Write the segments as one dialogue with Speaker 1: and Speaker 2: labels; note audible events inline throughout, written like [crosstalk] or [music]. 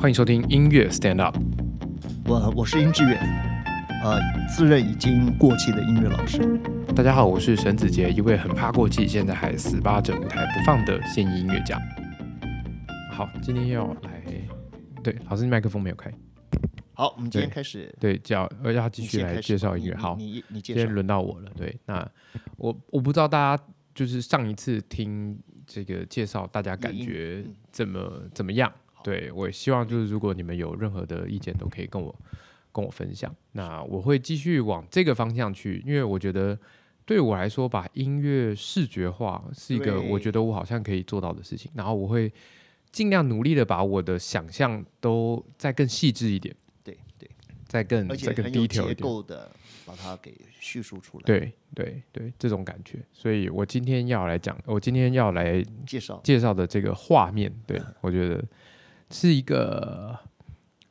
Speaker 1: 欢迎收听音乐 Stand Up。
Speaker 2: 我我是殷志远，呃，自认已经过气的音乐老师。
Speaker 1: 大家好，我是沈子杰，一位很怕过气，现在还死扒着舞台不放的现役音乐家。好，今天要来，对，老师，你麦克风没有开，
Speaker 2: 好，我们今天
Speaker 1: 对
Speaker 2: 开始，
Speaker 1: 对，叫呃要继
Speaker 2: 你
Speaker 1: 续
Speaker 2: 先
Speaker 1: 来
Speaker 2: 开始
Speaker 1: 介绍
Speaker 2: 吧
Speaker 1: 音乐。
Speaker 2: 你
Speaker 1: 好，
Speaker 2: 你你你
Speaker 1: 今
Speaker 2: 介
Speaker 1: 天
Speaker 2: 绍。嗯
Speaker 1: 轮到我了，对，那我我不知道大家就是上一次听这个介绍，大家感
Speaker 2: 语音嗯
Speaker 1: 觉怎么怎么样？对我也希望就是如果你们有任何的意见，都可以跟我跟我分享。那我会继续往这个方向去，因为我觉得对我来说，把音乐视觉化是一个
Speaker 2: 对
Speaker 1: 我觉得我好像可以做到的事情。然后我会尽量努力的把我的想象都再更细致一点，
Speaker 2: 对对，
Speaker 1: 再更
Speaker 2: 而且
Speaker 1: 再更
Speaker 2: 很有
Speaker 1: detail
Speaker 2: 结
Speaker 1: 一点。
Speaker 2: 构的把它给叙述出来，
Speaker 1: 对对对，这种感觉。所以我今天要来讲，我今天要来
Speaker 2: 介绍。
Speaker 1: 介绍的这个画面，对我觉得是一个。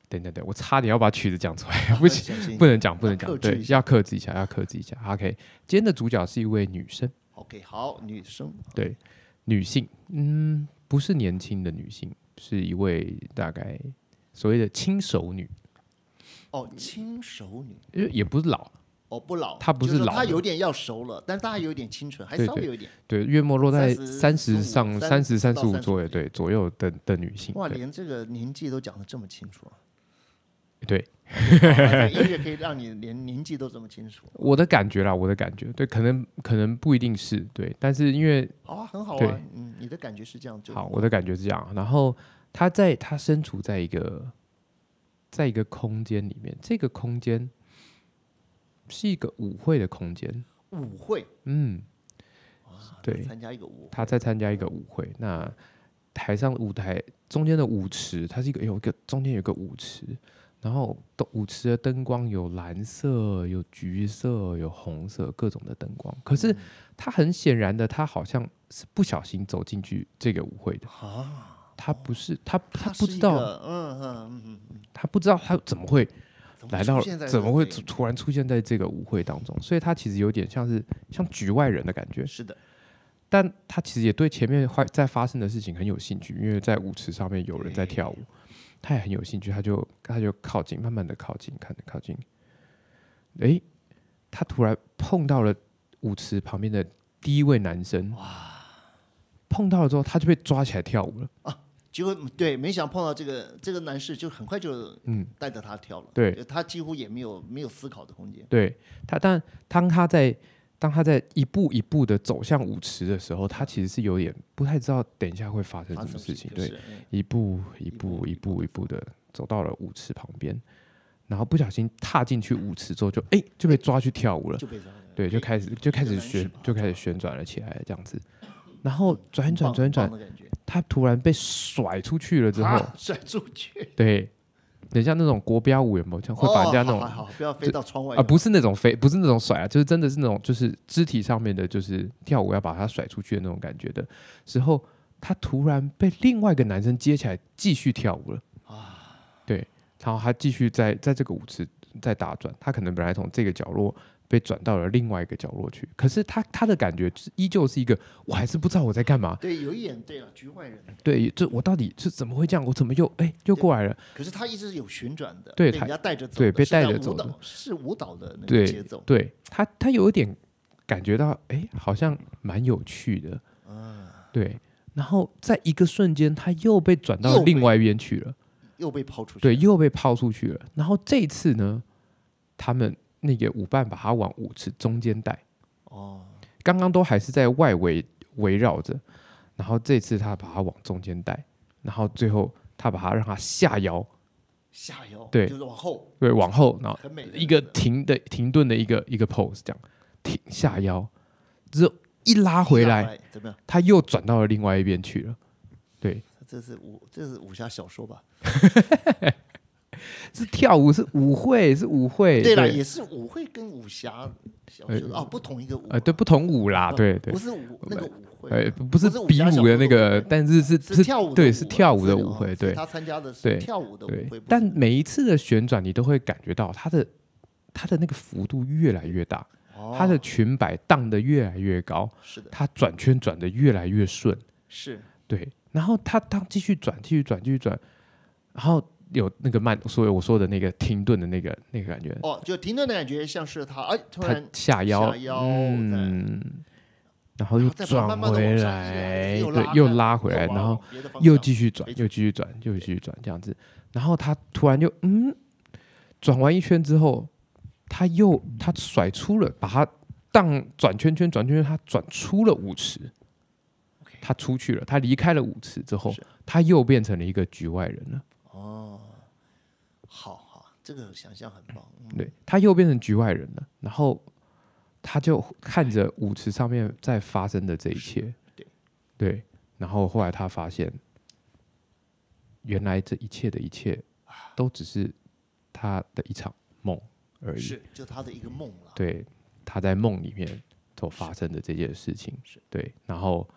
Speaker 1: 等等等，我差点要把曲子讲出来，不行，
Speaker 2: 行
Speaker 1: 不能讲，不能
Speaker 2: 克
Speaker 1: 讲，
Speaker 2: 制
Speaker 1: 对
Speaker 2: 一，下
Speaker 1: 要克制一下，要克制一下。OK，今天的主角是一位女生，
Speaker 2: OK，好，女生
Speaker 1: 对，女性，嗯，不是年轻的女性，是一位大概所谓的轻熟女，
Speaker 2: 哦，轻熟女
Speaker 1: 因为也不是老，
Speaker 2: 哦，不老，
Speaker 1: 她不
Speaker 2: 就是说
Speaker 1: 老
Speaker 2: 她
Speaker 1: 的
Speaker 2: 有点要熟了，但是她还有点清纯，还
Speaker 1: 对
Speaker 2: 稍微
Speaker 1: 对
Speaker 2: 有一点。
Speaker 1: 对，月末落在
Speaker 2: 30
Speaker 1: 三十上，三十三
Speaker 2: 到
Speaker 1: 十五
Speaker 2: 35
Speaker 1: 左右，对左右的的女性，
Speaker 2: 哇，
Speaker 1: 对
Speaker 2: 连这个年纪都讲得这么
Speaker 1: [laughs]
Speaker 2: 清楚啊！
Speaker 1: 对，
Speaker 2: 哇音乐可以让你连年纪都这么清楚，
Speaker 1: 我的感觉啦，我的感觉，对，可能可能不一定是对，但是因为
Speaker 2: 好啊，很好啊
Speaker 1: 对。
Speaker 2: 嗯，你的感觉是这样就
Speaker 1: 好，我的感觉是这样。然后他在他身处在一个在一个空间里面，这个空间是一个舞会的空间，
Speaker 2: 舞会
Speaker 1: 嗯，
Speaker 2: 啊，
Speaker 1: 对
Speaker 2: 参加一个舞
Speaker 1: 他在参加一个舞会，那台上舞台中间的舞池，它是一个有一个中间有一个舞池，然后灯舞池的灯光有蓝色、有橘色、有红色各种的灯光，可
Speaker 2: 嗯
Speaker 1: 是他很显然的，他好像是不小心走进去这个舞会的，
Speaker 2: 啊，哦
Speaker 1: 他不是他他
Speaker 2: 它
Speaker 1: 不知
Speaker 2: 是一
Speaker 1: 道
Speaker 2: 个，嗯嗯嗯嗯
Speaker 1: 他不知道他怎么会
Speaker 2: 嗯，
Speaker 1: 来到
Speaker 2: 出现在
Speaker 1: 怎
Speaker 2: 这
Speaker 1: 么会
Speaker 2: 里
Speaker 1: 突突然出现在这个舞会当中，所以他其实有点像是像局外人的感觉，
Speaker 2: 是的，
Speaker 1: 但他其实也对前面坏在发生的事情很有兴趣，因为在舞池上面有人在跳舞，他也很有兴趣，他就他就靠近，慢慢的靠近，看着靠近，诶，他突然碰到了舞池旁边的第一位男生，哇，碰到了之后他就被抓起来跳舞了，
Speaker 2: 结果对，没想碰到这个这个男士，就很快就
Speaker 1: 嗯
Speaker 2: 带着他跳了。
Speaker 1: 对，
Speaker 2: 他几乎也没有没有思考的空间。
Speaker 1: 对他，但当他在当他在一步一步的走向舞池的时候，他其实是有点不太知道等一下会发生
Speaker 2: 发
Speaker 1: 什么
Speaker 2: 生
Speaker 1: 事情，
Speaker 2: 就
Speaker 1: 对，
Speaker 2: 是，嗯
Speaker 1: 一步一
Speaker 2: 步
Speaker 1: 步一
Speaker 2: 一步
Speaker 1: 步一步的走到了舞池旁边，然后不小心踏进去舞池之后就，哎就被抓去跳舞了，
Speaker 2: 就被抓了
Speaker 1: 对，就
Speaker 2: 哎
Speaker 1: 开始就开
Speaker 2: 一个
Speaker 1: 始
Speaker 2: 男士
Speaker 1: 旋
Speaker 2: 吧
Speaker 1: 就开始旋转了起来，这样子，然后转
Speaker 2: 很
Speaker 1: 转
Speaker 2: 棒
Speaker 1: 转
Speaker 2: 很
Speaker 1: 转
Speaker 2: 棒，的感觉，
Speaker 1: 他突然被甩出去了之后，
Speaker 2: 啊 [laughs] 甩出去，
Speaker 1: 对，等一下那种国标舞有没有 [laughs] 像会把人家那
Speaker 2: 哦
Speaker 1: 种
Speaker 2: 好好好不要飞
Speaker 1: 这
Speaker 2: 到窗外
Speaker 1: 啊，不是那种飞，不是那种甩啊，就是真的是那种就是肢体上面的，就是跳舞要把它甩出去的那种感觉的时候，他突然被另外一个男生接起来继续跳舞了啊，对，然后他继续在在这个舞池在打转，他可能本来从这个角落被转到了另外一个角落去，可是他他的感觉是依旧是一个我还是不知道我在干嘛，
Speaker 2: 对，有一点对了，局外人。
Speaker 1: 对，这我到底是怎么会这样，我怎么又哎、又过来了，
Speaker 2: 可是他一直是有旋转的，
Speaker 1: 对
Speaker 2: 被
Speaker 1: 他
Speaker 2: 人家带着走的，
Speaker 1: 对被
Speaker 2: 是在
Speaker 1: 带着
Speaker 2: 舞
Speaker 1: 走
Speaker 2: 蹈
Speaker 1: 的
Speaker 2: 是舞蹈的那个
Speaker 1: 对
Speaker 2: 节奏，
Speaker 1: 对他，他有一点感觉到，哎，好像蛮有趣的，对。然后在一个瞬间，他又被转到
Speaker 2: 又被
Speaker 1: 另外一边去了，
Speaker 2: 又被抛出去，
Speaker 1: 对，，又被抛出去了。然后这一次呢，他们那个舞伴把他往舞池中间带，
Speaker 2: 哦，
Speaker 1: 刚刚都还是在外围围绕着，然后这次他把他往中间带，然后最后他把他让他下摇，
Speaker 2: 下腰，
Speaker 1: 对
Speaker 2: 就是往后，
Speaker 1: 对，往后，然后
Speaker 2: 很美的
Speaker 1: 一个
Speaker 2: 那
Speaker 1: 停的停顿的一个一个 pose，这样停下腰，之后一拉回
Speaker 2: 下
Speaker 1: 来，
Speaker 2: 怎么样？
Speaker 1: 他又转到了另外一边去了。对，
Speaker 2: 这是武这是武侠小说吧？
Speaker 1: 是跳舞，是舞会，是舞会。
Speaker 2: 对了，也是舞会跟武侠小
Speaker 1: 呃
Speaker 2: 说哦，不同一个舞
Speaker 1: 呃，对，不同舞啦，
Speaker 2: 不
Speaker 1: 对对
Speaker 2: 不，是舞那个舞会，啊
Speaker 1: 呃，不不是
Speaker 2: 嗯不是武
Speaker 1: 比
Speaker 2: 侠小
Speaker 1: 武的
Speaker 2: 说
Speaker 1: 那
Speaker 2: 的
Speaker 1: 个，
Speaker 2: 舞会
Speaker 1: 但是是
Speaker 2: 是跳舞的
Speaker 1: 对，是
Speaker 2: 啊
Speaker 1: 跳舞的
Speaker 2: 是
Speaker 1: 舞
Speaker 2: 哦
Speaker 1: 会，
Speaker 2: 所以
Speaker 1: 对
Speaker 2: 他参加的
Speaker 1: 对
Speaker 2: 是跳舞的舞
Speaker 1: 对
Speaker 2: 会，。不
Speaker 1: 但
Speaker 2: 是
Speaker 1: 每一次的旋转，你都会感觉到它的它的那个幅度越来越大，它的
Speaker 2: 哦
Speaker 1: 裙摆荡得越来越高，
Speaker 2: 是的，
Speaker 1: 它转圈转得越来越顺。
Speaker 2: 是
Speaker 1: 对，然后他当继续转，继续转，继续转，然后有那个慢，所以我说的那个停顿的那个那个感觉，
Speaker 2: 哦，就停顿的感觉，像是他哎，突
Speaker 1: 他
Speaker 2: 然
Speaker 1: 下腰，
Speaker 2: 下腰
Speaker 1: 嗯，然后又
Speaker 2: 然后再把它
Speaker 1: 转
Speaker 2: 慢慢地往
Speaker 1: 回
Speaker 2: 上
Speaker 1: 来，
Speaker 2: 一点
Speaker 1: 对，
Speaker 2: 又
Speaker 1: 又
Speaker 2: 拉开
Speaker 1: 拉回来，
Speaker 2: 往
Speaker 1: 然后
Speaker 2: 别的方
Speaker 1: 又
Speaker 2: 向
Speaker 1: 继续转，又继续转，又继续转这样子。然后他突然就嗯，转完一圈之后，他又他甩出了，把他荡转圈圈转圈圈，他转出了舞池
Speaker 2: OK，
Speaker 1: 他出去了，他离开了舞池之后
Speaker 2: 是，
Speaker 1: 他又变成了一个局外人了。
Speaker 2: 好好，这个想象很棒。嗯
Speaker 1: 对他又变成局外人了，然后他就看着舞池上面在发生的这一切，
Speaker 2: 对
Speaker 1: 对然后后来他发现，原来这一切的一切
Speaker 2: 啊
Speaker 1: 都只是他的一场梦而已，
Speaker 2: 是，就他的一个梦了。
Speaker 1: 对，他在梦里面所发生的这件事情，
Speaker 2: 是
Speaker 1: 对，然后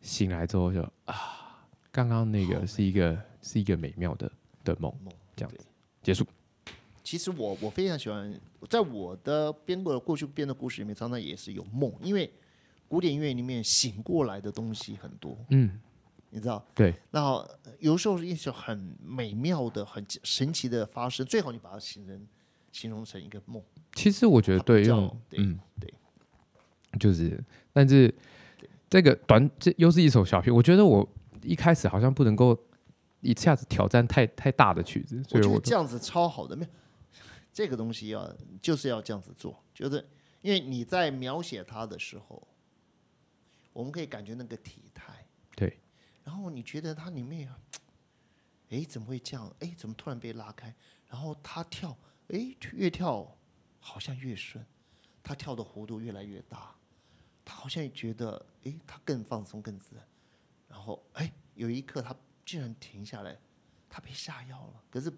Speaker 1: 醒来之后就啊，刚刚那个是一个是一个美妙的的梦，
Speaker 2: 梦
Speaker 1: 这样
Speaker 2: 对
Speaker 1: 子结束，
Speaker 2: 其实我我非常喜欢，在我的编过的过去编的故事里面，常常也是有梦，因为古典音乐里面醒过来的东西很多，
Speaker 1: 嗯，
Speaker 2: 你知道。
Speaker 1: 对，
Speaker 2: 那呃有时候是一种很美妙的、很神奇的发生，最好你把它形容形容成一个梦。
Speaker 1: 其实我觉得
Speaker 2: 它比
Speaker 1: 对
Speaker 2: 较
Speaker 1: 用，
Speaker 2: 对
Speaker 1: 嗯，
Speaker 2: 对，
Speaker 1: 就是，但是这个短这又是一首小曲，我觉得我一开始好像不能够一下子挑战太太大的曲子，所
Speaker 2: 我
Speaker 1: 以
Speaker 2: 觉
Speaker 1: 我
Speaker 2: 得这样子超好的，没有 [laughs] 这个东西要就是要这样子做，就是因为你在描写它的时候，我们可以感觉那个体态，
Speaker 1: 对，
Speaker 2: 然后你觉得它里面，哎，怎么会这样？哎，怎么突然被拉开？然后他跳，哎，越跳好像越顺，他跳的弧度越来越大，他好像觉得，哎，他更放松、更自然。然后，哎，有一刻他居然停下来，他被下药了，可是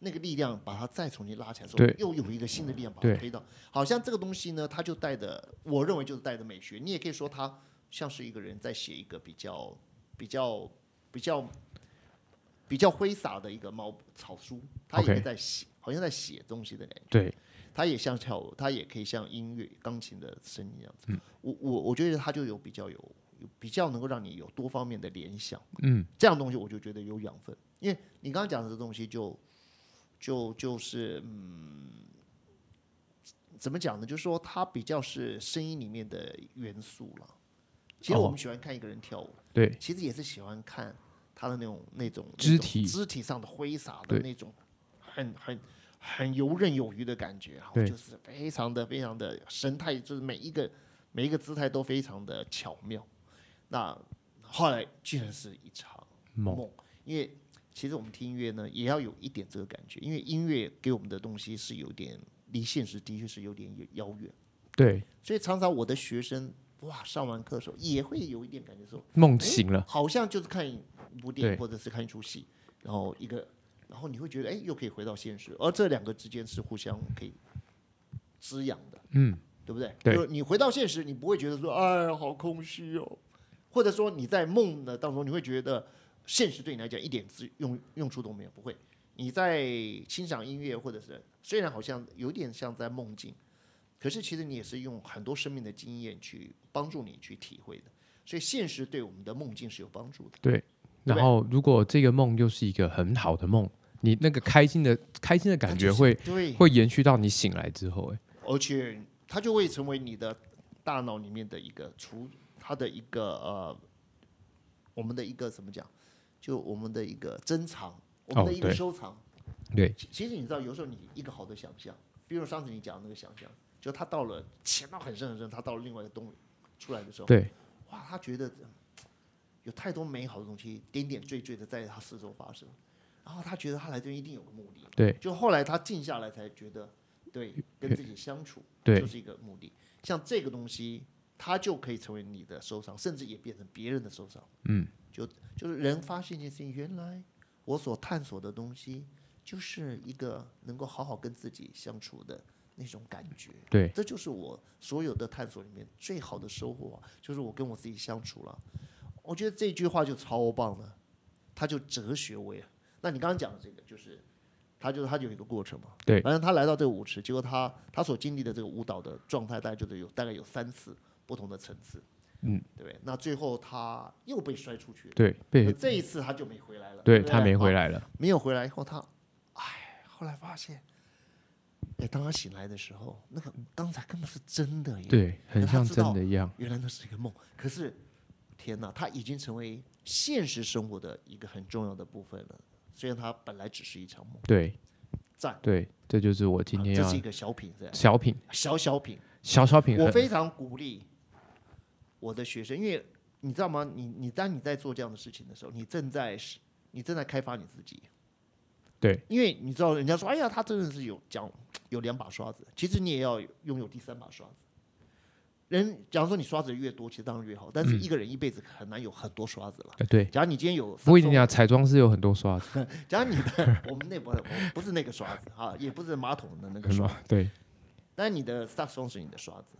Speaker 2: 那个力量把他再重新拉起来之后
Speaker 1: 对，
Speaker 2: 又有一个新的力量把他
Speaker 1: 对
Speaker 2: 推到，好像这个东西呢，他就带的，我认为就是带的美学。你也可以说他像是一个人在写一个比较、比较、比较、比较挥洒的一个毛草书，他也
Speaker 1: OK
Speaker 2: 可以在写好像在写东西的感觉。
Speaker 1: 对
Speaker 2: 它也像跳舞，它也可以像音乐、钢琴的声音一样子。
Speaker 1: 嗯
Speaker 2: 我我我觉得它就有比较有有比较能够让你有多方面的联想，
Speaker 1: 嗯，
Speaker 2: 这样东西我就觉得有养分。因为你刚刚讲的这东西就就就是嗯，怎么讲呢？就是说它比较是声音里面的元素了。其实
Speaker 1: 哦
Speaker 2: 我们喜欢看一个人跳舞，
Speaker 1: 对
Speaker 2: 其实也是喜欢看他的那种那种
Speaker 1: 肢
Speaker 2: 那种
Speaker 1: 体
Speaker 2: 肢体上的挥洒
Speaker 1: 对
Speaker 2: 的那种很很很游刃有余的感觉，然后
Speaker 1: 对
Speaker 2: 就是非常的非常的神态，就是每一个每一个姿态都非常的巧妙。那后来居然是一场
Speaker 1: 梦，
Speaker 2: 梦，因为其实我们听音乐呢，也要有一点这个感觉，因为音乐给我们的东西是有点离现实的确是有点遥远，
Speaker 1: 对
Speaker 2: 所以常常我的学生哇上完课的时候也会有一点感觉说。
Speaker 1: 梦醒了，
Speaker 2: 好像就是看一部电影
Speaker 1: 对
Speaker 2: 或者是看一出戏，然后一个，然后你会觉得哎，又可以回到现实，而这两个之间是互相可以滋养的，
Speaker 1: 嗯，
Speaker 2: 对不对？
Speaker 1: 对
Speaker 2: 就是你回到现实，你不会觉得说哎，好空虚哦，或者说你在梦的当中，你会觉得现实对你来讲一点自用用处都没有，不会。你在欣赏音乐，或者是虽然好像有点像在梦境，可是其实你也是用很多生命的经验去帮助你去体会的。所以现实对我们的梦境是有帮助的。对
Speaker 1: 然后如果这个梦又是一个很好的梦，你那个开心的开心的感觉会
Speaker 2: 它就是对，
Speaker 1: 会延续到你醒来之后，哎，
Speaker 2: 而且它就会成为你的大脑里面的一个除它的一个呃，我们的一个怎么讲，就我们的一个珍藏，我们的一个
Speaker 1: 哦对
Speaker 2: 收藏。
Speaker 1: 对
Speaker 2: 其其实你知道，有时候你一个好的想象，比如上次你讲的那个想象，就他到了潜到很深很深，他到了另外一个洞里出来的时候，
Speaker 1: 对
Speaker 2: 哇，他觉得嗯有太多美好的东西点点缀缀的在他四周发生，然后他觉得他来这边一定有个目的，
Speaker 1: 对，
Speaker 2: 就后来他静下来才觉得，对，跟自己相处就
Speaker 1: [laughs] 对
Speaker 2: 是一个目的。像这个东西，它就可以成为你的收藏，甚至也变成别人的收藏。
Speaker 1: 嗯，
Speaker 2: 就就是人发现一件事情，原来我所探索的东西，就是一个能够好好跟自己相处的那种感觉。
Speaker 1: 对
Speaker 2: 这就是我所有的探索里面最好的收获啊、就是我跟我自己相处了。我觉得这句话就超棒了，它就哲学味啊。那你刚刚讲的这个，就是他就是他有一个过程嘛。
Speaker 1: 对
Speaker 2: 反正他来到这个舞池，结果他他所经历的这个舞蹈的状态，大概就是有大概有三次不同的层次。
Speaker 1: 嗯，
Speaker 2: 对不对？那最后他又被摔出去了。
Speaker 1: 对
Speaker 2: 那
Speaker 1: 被
Speaker 2: 这一次他就没回来了。
Speaker 1: 对
Speaker 2: 不
Speaker 1: 他没
Speaker 2: 啊
Speaker 1: 回来了，
Speaker 2: 没有回来以后，他后来发现，哎，当他醒来的时候，那个刚才根本是真的耶，
Speaker 1: 对，很
Speaker 2: 那他
Speaker 1: 像
Speaker 2: 知
Speaker 1: 真
Speaker 2: 道
Speaker 1: 的一样。
Speaker 2: 原来那是一个梦。可是，天哪，它已经成为现实生活的一个很重要的部分了。虽然它本来只是一场梦，
Speaker 1: 对，
Speaker 2: 赞，
Speaker 1: 对，这就是我今
Speaker 2: 啊
Speaker 1: 天
Speaker 2: 这
Speaker 1: 要
Speaker 2: 是一个小品，是吧
Speaker 1: 小品，
Speaker 2: 小小品。
Speaker 1: 小小品
Speaker 2: 我
Speaker 1: 很，
Speaker 2: 非常鼓励我的学生，因为你知道吗？你你当你在做这样的事情的时候，你正在是你正在开发你自己。
Speaker 1: 对，
Speaker 2: 因为你知道，人家说，哎呀，他真的是有讲有两把刷子，其实你也要拥有第三把刷子。人假如说你刷子越多，其实当然越好，但是一个人一辈子很难有很多刷子了。
Speaker 1: 呃对，
Speaker 2: 假如你今天有三
Speaker 1: 不过一定
Speaker 2: 种
Speaker 1: 要彩妆是有很多刷子，
Speaker 2: 假如你的我们那不不是那个刷子啊，也不是马桶的那个
Speaker 1: 是
Speaker 2: 刷
Speaker 1: 吗？对，
Speaker 2: 但你的萨克斯风是你的刷子，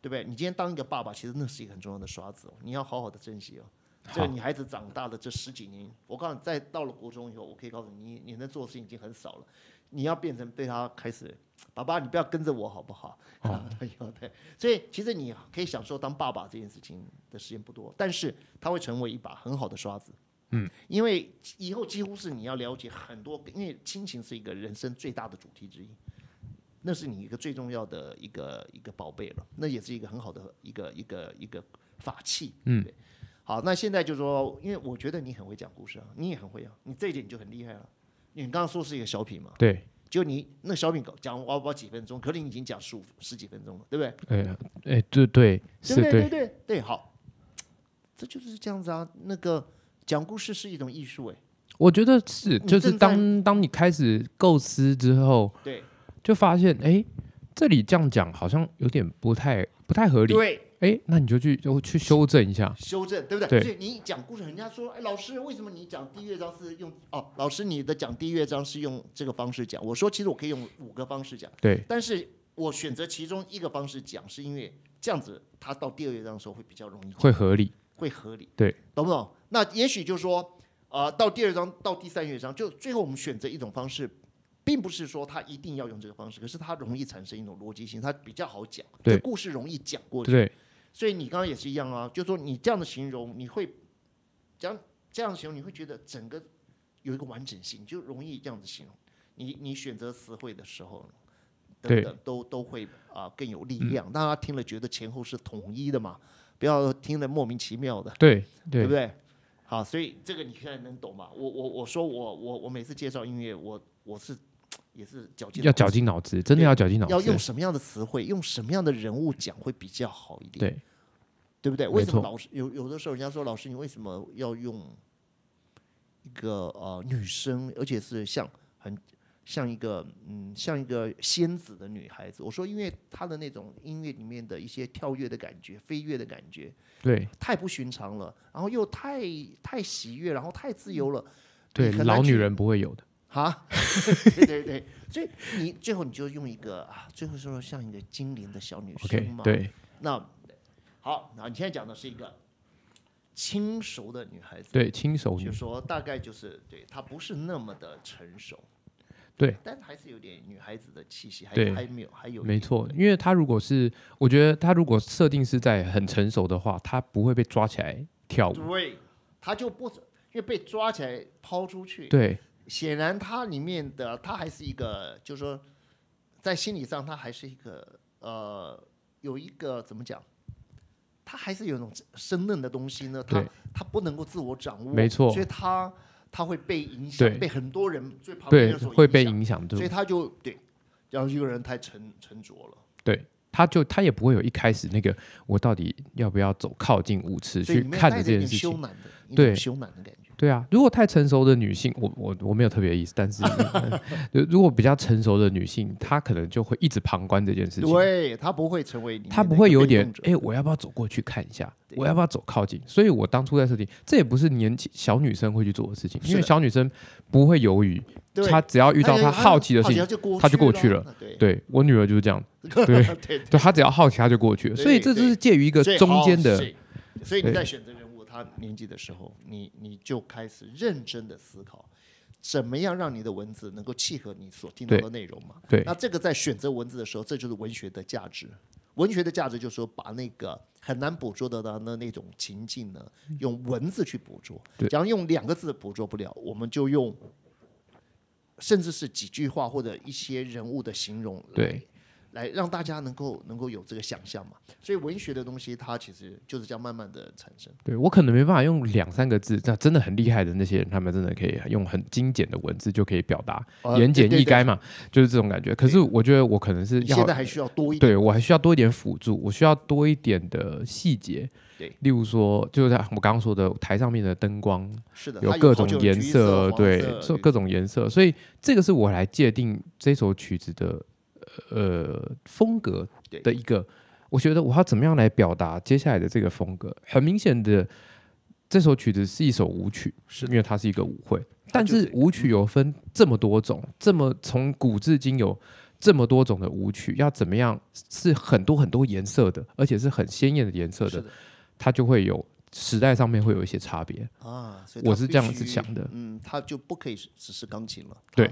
Speaker 2: 对不对？你今天当一个爸爸，其实那是一个很重要的刷子哦，你要好好的珍惜哦。这
Speaker 1: 好
Speaker 2: 个你孩子长大的这十几年，我告诉你，在到了国中以后，我可以告诉你，你你能做的事情已经很少了。你要变成被他开始，爸爸，你不要跟着我好不好？啊，对 [laughs] 对。所以其实你可以享受当爸爸这件事情的时间不多，但是它会成为一把很好的刷子。嗯，因为以后几乎是你要了解很多，因为亲情是一个人生最大的主题之一。那是你一个最重要的一个一个宝贝了，那也是一个很好的一个一个一个法器。嗯，好，那现在就说，因为我觉得你很会讲故事啊，你也很会啊，你这一点你就很厉害了、你刚刚说是一个小品嘛，
Speaker 1: 对，
Speaker 2: 就你那小品讲哇哇几分钟，可是你已经讲十五十几分钟了，对不对？
Speaker 1: 哎哎，对对是
Speaker 2: 对不对
Speaker 1: 对，
Speaker 2: 对对，好，这就是这样子啊。那个讲故事是一种艺术、欸，
Speaker 1: 我觉得是，
Speaker 2: 你
Speaker 1: 就
Speaker 2: 正
Speaker 1: 是
Speaker 2: 在
Speaker 1: 当当你开始构思之后，
Speaker 2: 对
Speaker 1: 就发现哎，这里这样讲好像有点不太不太合理，
Speaker 2: 对，
Speaker 1: 哎，那你就去就去修正一下，
Speaker 2: 修正，对不对？
Speaker 1: 对
Speaker 2: 所以你讲故事，人家说，哎，老师，为什么你讲第一乐章是用哦？老师，你的讲第一乐章是用这个方式讲。我说，其实我可以用五个方式讲，
Speaker 1: 对
Speaker 2: 但是我选择其中一个方式讲，是因为这样子，它到第二乐章的时候会比较容易讲，
Speaker 1: 会合理，
Speaker 2: 会合理，
Speaker 1: 对，
Speaker 2: 懂不懂？那也许就说，呃，到第二章到第三乐章，就最后我们选择一种方式，并不是说他一定要用这个方式，可是它容易产生一种逻辑性，它比较好讲，
Speaker 1: 对
Speaker 2: 这故事容易讲过去。
Speaker 1: 对
Speaker 2: 所以你刚刚也是一样啊，就说你这样的形容，你会这样这样形容，你会觉得整个有一个完整性，就容易这样子形容。你你选择词汇的时候，等
Speaker 1: 对
Speaker 2: 等都都会啊、更有力量，让他听了觉得前后是统一的嘛，不要听得莫名其妙的，
Speaker 1: 对
Speaker 2: 对
Speaker 1: 对
Speaker 2: 不对？好，所以这个你现在能懂吗？我我我说我我我每次介绍音乐，我我是也是绞尽
Speaker 1: 要
Speaker 2: 脑
Speaker 1: 绞
Speaker 2: 汁
Speaker 1: 尽脑汁，真的要绞尽脑
Speaker 2: 要用
Speaker 1: 汁，
Speaker 2: 什么样的词汇，用什么样的人物讲会比较好一点。
Speaker 1: 对
Speaker 2: 对不对？
Speaker 1: 没
Speaker 2: 为什么
Speaker 1: 错
Speaker 2: 老师有有的时候人家说老师你为什么要用一个呃女生，而且是像很像一个嗯像一个仙子的女孩子？我说因为她的那种音乐里面的一些跳跃的感觉、飞跃的感觉
Speaker 1: 对
Speaker 2: 太不寻常了，然后又太太喜悦，然后太自由了。
Speaker 1: 对，
Speaker 2: 你很难
Speaker 1: 老女
Speaker 2: 去
Speaker 1: 人不会有的，
Speaker 2: 哈， [laughs] 对对对，所以你最后你就用一个啊，最后说像一个精灵的小女
Speaker 1: OK，
Speaker 2: 生嘛，
Speaker 1: 对
Speaker 2: 那好，那你现在讲的是一个轻熟的女孩子，
Speaker 1: 对，轻熟女
Speaker 2: 就，说大概就是对她不是那么的成熟，
Speaker 1: 对，
Speaker 2: 但还是有点女孩子的气息，还
Speaker 1: 对
Speaker 2: 还没有，还有一
Speaker 1: 没
Speaker 2: 点
Speaker 1: 错，因为他如果是，我觉得他如果设定是在很成熟的话，他不会被抓起来跳舞。
Speaker 2: 对，她就不因为被抓起来抛出去，
Speaker 1: 对
Speaker 2: 显然她里面的她还是一个，就是说在心理上她还是一个呃有一个怎么讲？她还是有一种生嫩的东西呢，她
Speaker 1: 对
Speaker 2: 她不能够自我掌握，
Speaker 1: 没错
Speaker 2: 所以她她会被影响，
Speaker 1: 对
Speaker 2: 被很多人最旁边
Speaker 1: 对，
Speaker 2: 的所
Speaker 1: 会被
Speaker 2: 影响，
Speaker 1: 影响，
Speaker 2: 所以
Speaker 1: 对，
Speaker 2: 她就对，让一个人太沉沉着了，
Speaker 1: 他就他也不会有一开始那个我到底要不要走靠近舞池
Speaker 2: 所以
Speaker 1: 去
Speaker 2: 里面
Speaker 1: 看着
Speaker 2: 带着
Speaker 1: 这
Speaker 2: 一
Speaker 1: 件
Speaker 2: 点
Speaker 1: 事
Speaker 2: 羞
Speaker 1: 情。
Speaker 2: 赧的，一
Speaker 1: 对
Speaker 2: 种羞赧的感觉，
Speaker 1: 对啊，如果太成熟的女性，我我我没有特别的意思，但是 [laughs] 就如果比较成熟的女性，她可能就会一直旁观这件事情。
Speaker 2: 对，她不会成为里面
Speaker 1: 他
Speaker 2: 的
Speaker 1: 不
Speaker 2: 一个
Speaker 1: 会有
Speaker 2: 被
Speaker 1: 点
Speaker 2: 动者
Speaker 1: 哎、我要不要走过去看一下？
Speaker 2: 对
Speaker 1: 我要不要走靠近？所以我当初在设定，这也不是年轻小女生会去做的事情，
Speaker 2: 是
Speaker 1: 因为
Speaker 2: 的
Speaker 1: 小女生不会犹豫，
Speaker 2: 对
Speaker 1: 她只要遇到
Speaker 2: 她
Speaker 1: 她好奇的事情，
Speaker 2: 情
Speaker 1: 她就过去
Speaker 2: 了，对
Speaker 1: 对我女儿就是这
Speaker 2: [laughs]
Speaker 1: 样，
Speaker 2: 对
Speaker 1: 对
Speaker 2: 对
Speaker 1: 对她只要好奇她就过去了，
Speaker 2: 对
Speaker 1: 所以这就是介于一个
Speaker 2: 所以
Speaker 1: 中间
Speaker 2: 好
Speaker 1: 的
Speaker 2: 是所以你
Speaker 1: 对
Speaker 2: 在选择人物他年纪的时候，你你就开始认真的思考，怎么样让你的文字能够契合你所听到
Speaker 1: 对
Speaker 2: 的内容嘛？
Speaker 1: 对
Speaker 2: 那这个在选择文字的时候，这就是文学的价值。文学的价值就是说，把那个很难捕捉得到的那种情境呢，用文字去捕捉。
Speaker 1: 嗯对
Speaker 2: 假如用两个字捕捉不了，我们就用甚至是几句话或者一些人物的形容，
Speaker 1: 对，
Speaker 2: 来让大家能够能够有这个想象嘛。所以文学的东西，它其实就是这样慢慢的产生。
Speaker 1: 对我可能没办法用两三个字，那真的很厉害的那些人，他们真的可以用很精简的文字就可以表达，
Speaker 2: 呃
Speaker 1: 言简
Speaker 2: 对对
Speaker 1: 意赅嘛，就是这种感觉。可是我觉得我可能是
Speaker 2: 对你
Speaker 1: 要
Speaker 2: 现在还需要多一点，
Speaker 1: 对我还需要多一点辅助，我需要多一点的细节。
Speaker 2: 对，
Speaker 1: 例如说，就是在我刚刚说的台上面的灯光
Speaker 2: 是的，
Speaker 1: 有
Speaker 2: 它
Speaker 1: 各
Speaker 2: 好
Speaker 1: 种
Speaker 2: 久有
Speaker 1: 颜
Speaker 2: 橘
Speaker 1: 色，
Speaker 2: 黄
Speaker 1: 对，
Speaker 2: 色
Speaker 1: 所各种颜色，所以这个是我来界定这首曲子的呃风格
Speaker 2: 对
Speaker 1: 的一个。我觉得我要怎么样来表达接下来的这个风格？很明显的，这首曲子是一首舞曲，
Speaker 2: 是
Speaker 1: 因为它是一个舞会。
Speaker 2: 它
Speaker 1: 但
Speaker 2: 就是嗯
Speaker 1: 是舞曲有分这么多种，这么从古至今有这么多种的舞曲，要怎么样是很多很多颜色的，而且是很鲜艳的颜色
Speaker 2: 是
Speaker 1: 的
Speaker 2: 的，
Speaker 1: 它就会有时代上面会有一些差别。
Speaker 2: 啊，所以
Speaker 1: 我
Speaker 2: 它
Speaker 1: 是
Speaker 2: 必
Speaker 1: 这样子
Speaker 2: 须
Speaker 1: 想的
Speaker 2: 嗯，它就不可以只只是钢琴了，
Speaker 1: 对